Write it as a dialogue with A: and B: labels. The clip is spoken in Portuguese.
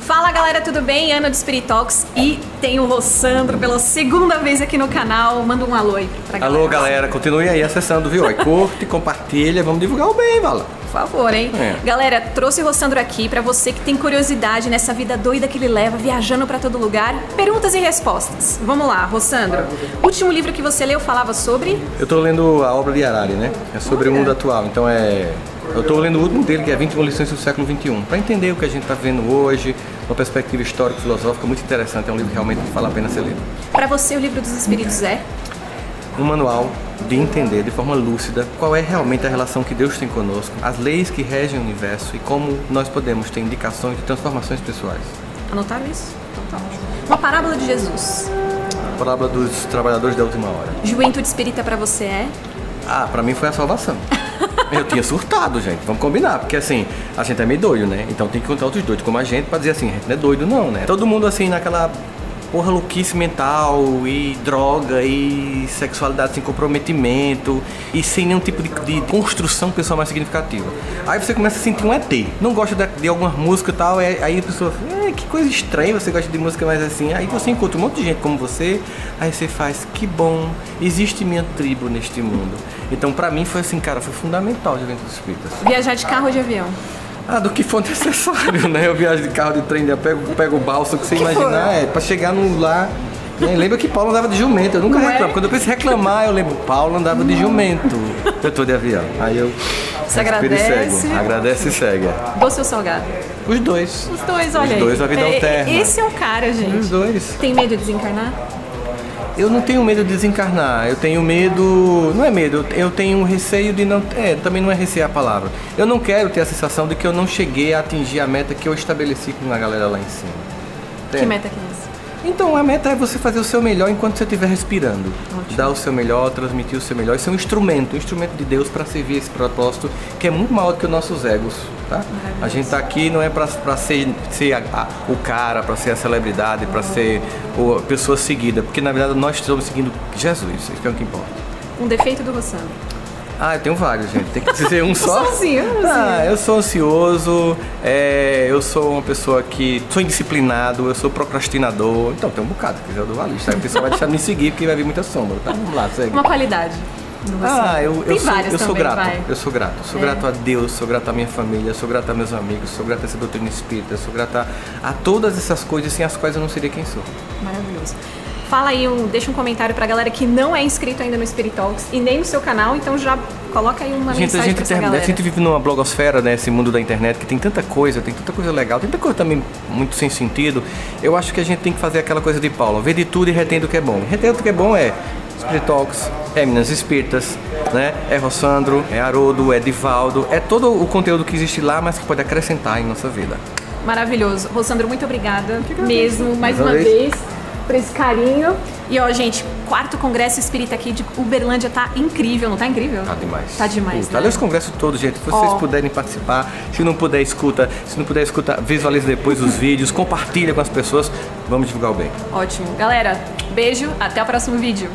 A: Fala galera, tudo bem? Ana do Spiritox e tenho o Rossandro pela segunda vez aqui no canal. Manda um alô aí pra galera.
B: Alô, galera, continue aí acessando, viu? Aí curte, compartilha, vamos divulgar o bem, Vala.
A: Por favor, hein?
B: É.
A: Galera, trouxe o Rossandro aqui pra você que tem curiosidade nessa vida doida que ele leva, viajando pra todo lugar. Perguntas e respostas. Vamos lá, Rossandro. Último livro que você leu falava sobre.
B: Eu tô lendo a obra de Harari, né? É sobre o mundo atual, então é... Eu tô lendo o último dele, que é 21 lições do século XXI, para entender o que a gente tá vivendo hoje, uma perspectiva histórico-filosófica muito interessante, é um livro que realmente vale a pena ser lido.
A: Pra você, o livro dos espíritos é.
B: um manual de entender de forma lúcida qual é realmente a relação que Deus tem conosco, as leis que regem o universo e como nós podemos ter indicações de transformações pessoais.
A: Anotaram isso? Então tá ótimo. Uma parábola de Jesus.
B: A palavra dos trabalhadores da última hora.
A: Juventude espírita pra você é.
B: Ah, pra mim foi a salvação. Eu tinha surtado, gente. Vamos combinar, porque assim, a gente é meio doido, né? Então tem que encontrar outros doidos como a gente pra dizer assim, a gente não é doido não, né? Todo mundo assim naquela porra louquice mental e droga e sexualidade sem comprometimento e sem nenhum tipo de, de construção pessoal mais significativa. Aí você começa a sentir um ET. Não gosta de, de algumas músicas e tal, é- aí a pessoa fala, "É, que coisa estranha, você gosta de música mais assim. Aí você encontra um monte de gente como você, aí você faz, que bom, existe minha tribo neste mundo. Então pra mim foi assim, cara, foi fundamental o Juventude Espírita.
A: Viajar de carro ou de avião?
B: Ah, do que for necessário, né? Eu viajo de carro, de trem, eu pego, pego o balso que você imaginar,
A: né?
B: é, pra chegar no lá. né? Lembra que Paulo andava de jumento, eu nunca
A: Não é?
B: reclamo. Quando eu penso em reclamar, eu lembro, Paulo andava de jumento. Eu tô de avião. Aí eu.
A: Você
B: respiro
A: agradece?
B: E segue. Agradece e segue.
A: Doce ou salgado?
B: Os dois.
A: Os dois, olha aí.
B: dois, a vida um
A: É,
B: alterna.
A: Esse é o cara,
B: Os
A: gente.
B: dois.
A: Tem medo de desencarnar?
B: Eu não tenho medo de desencarnar, eu tenho medo. Não é medo, eu tenho um receio de não. É, também não é receio a palavra. Eu não quero ter a sensação de que eu não cheguei a atingir a meta que eu estabeleci com a galera lá em cima.
A: Que
B: Entende?
A: meta que é essa?
B: Então a meta é você fazer o seu melhor enquanto você estiver respirando. Dar o seu melhor, transmitir o seu melhor. Isso é um instrumento, um instrumento de Deus para servir esse propósito que é muito maior do que os nossos egos, tá? A gente tá aqui não é para ser, ser a- a- o cara, para ser a celebridade, para ser o- a pessoa seguida, porque na verdade nós estamos seguindo Jesus, isso que é o que importa.
A: Um defeito do Rossano.
B: Ah, eu tenho vários, gente. Tem que dizer um só.
A: Sozinho,
B: Ah, eu sou ansioso, é, eu sou uma pessoa que sou indisciplinado, eu sou procrastinador. Então tem um bocado, se quiser eu dou uma lista. Aí o pessoal vai deixar de me seguir porque vai vir muita sombra, tá? Vamos lá, segue.
A: Uma qualidade do Rossano.
B: Ah, eu, eu
A: Tem
B: sou,
A: várias
B: eu sou
A: também,
B: grato.
A: vai. É.
B: Eu sou grato. Sou grato a Deus, sou grato à minha família, sou grato a meus amigos, sou grato a essa doutrina espírita, sou grato a, a todas essas coisas sem as quais eu não seria quem sou.
A: Maravilhoso. Fala aí, um, deixa um comentário pra galera que não é inscrito ainda no Spirit Talks e nem no seu canal, então já coloca aí uma
B: Gente, a
A: mensagem
B: gente,
A: pra essa
B: tem- a
A: galera.
B: gente vive numa blogosfera, né? Esse mundo da internet que tem tanta coisa, tem tanta coisa legal, tem tanta coisa também muito sem sentido. Eu acho que a gente tem que fazer aquela coisa de Paulo, ver de tudo e retém do que é bom. Retém do que é bom é Spirit Talks, é Minas Espíritas, né? É Rossandro, é Haroldo, é Divaldo, é todo o conteúdo que existe lá, mas que pode acrescentar em nossa vida.
A: Maravilhoso. Rosandro, muito obrigada mesmo, mais
B: Mais
A: uma
B: uma
A: vez, por esse carinho. E ó, gente, quarto congresso espírita aqui de Uberlândia tá incrível, não tá incrível?
B: Tá demais.
A: Tá demais,
B: Puta,
A: né?
B: Olha os congressos todos, gente. Se vocês
A: Ó.
B: puderem participar, se não puder, escuta. Se não puder, escuta, visualiza depois os vídeos, compartilha com as pessoas. Vamos divulgar o bem.
A: Ótimo. Galera, beijo, até o próximo vídeo.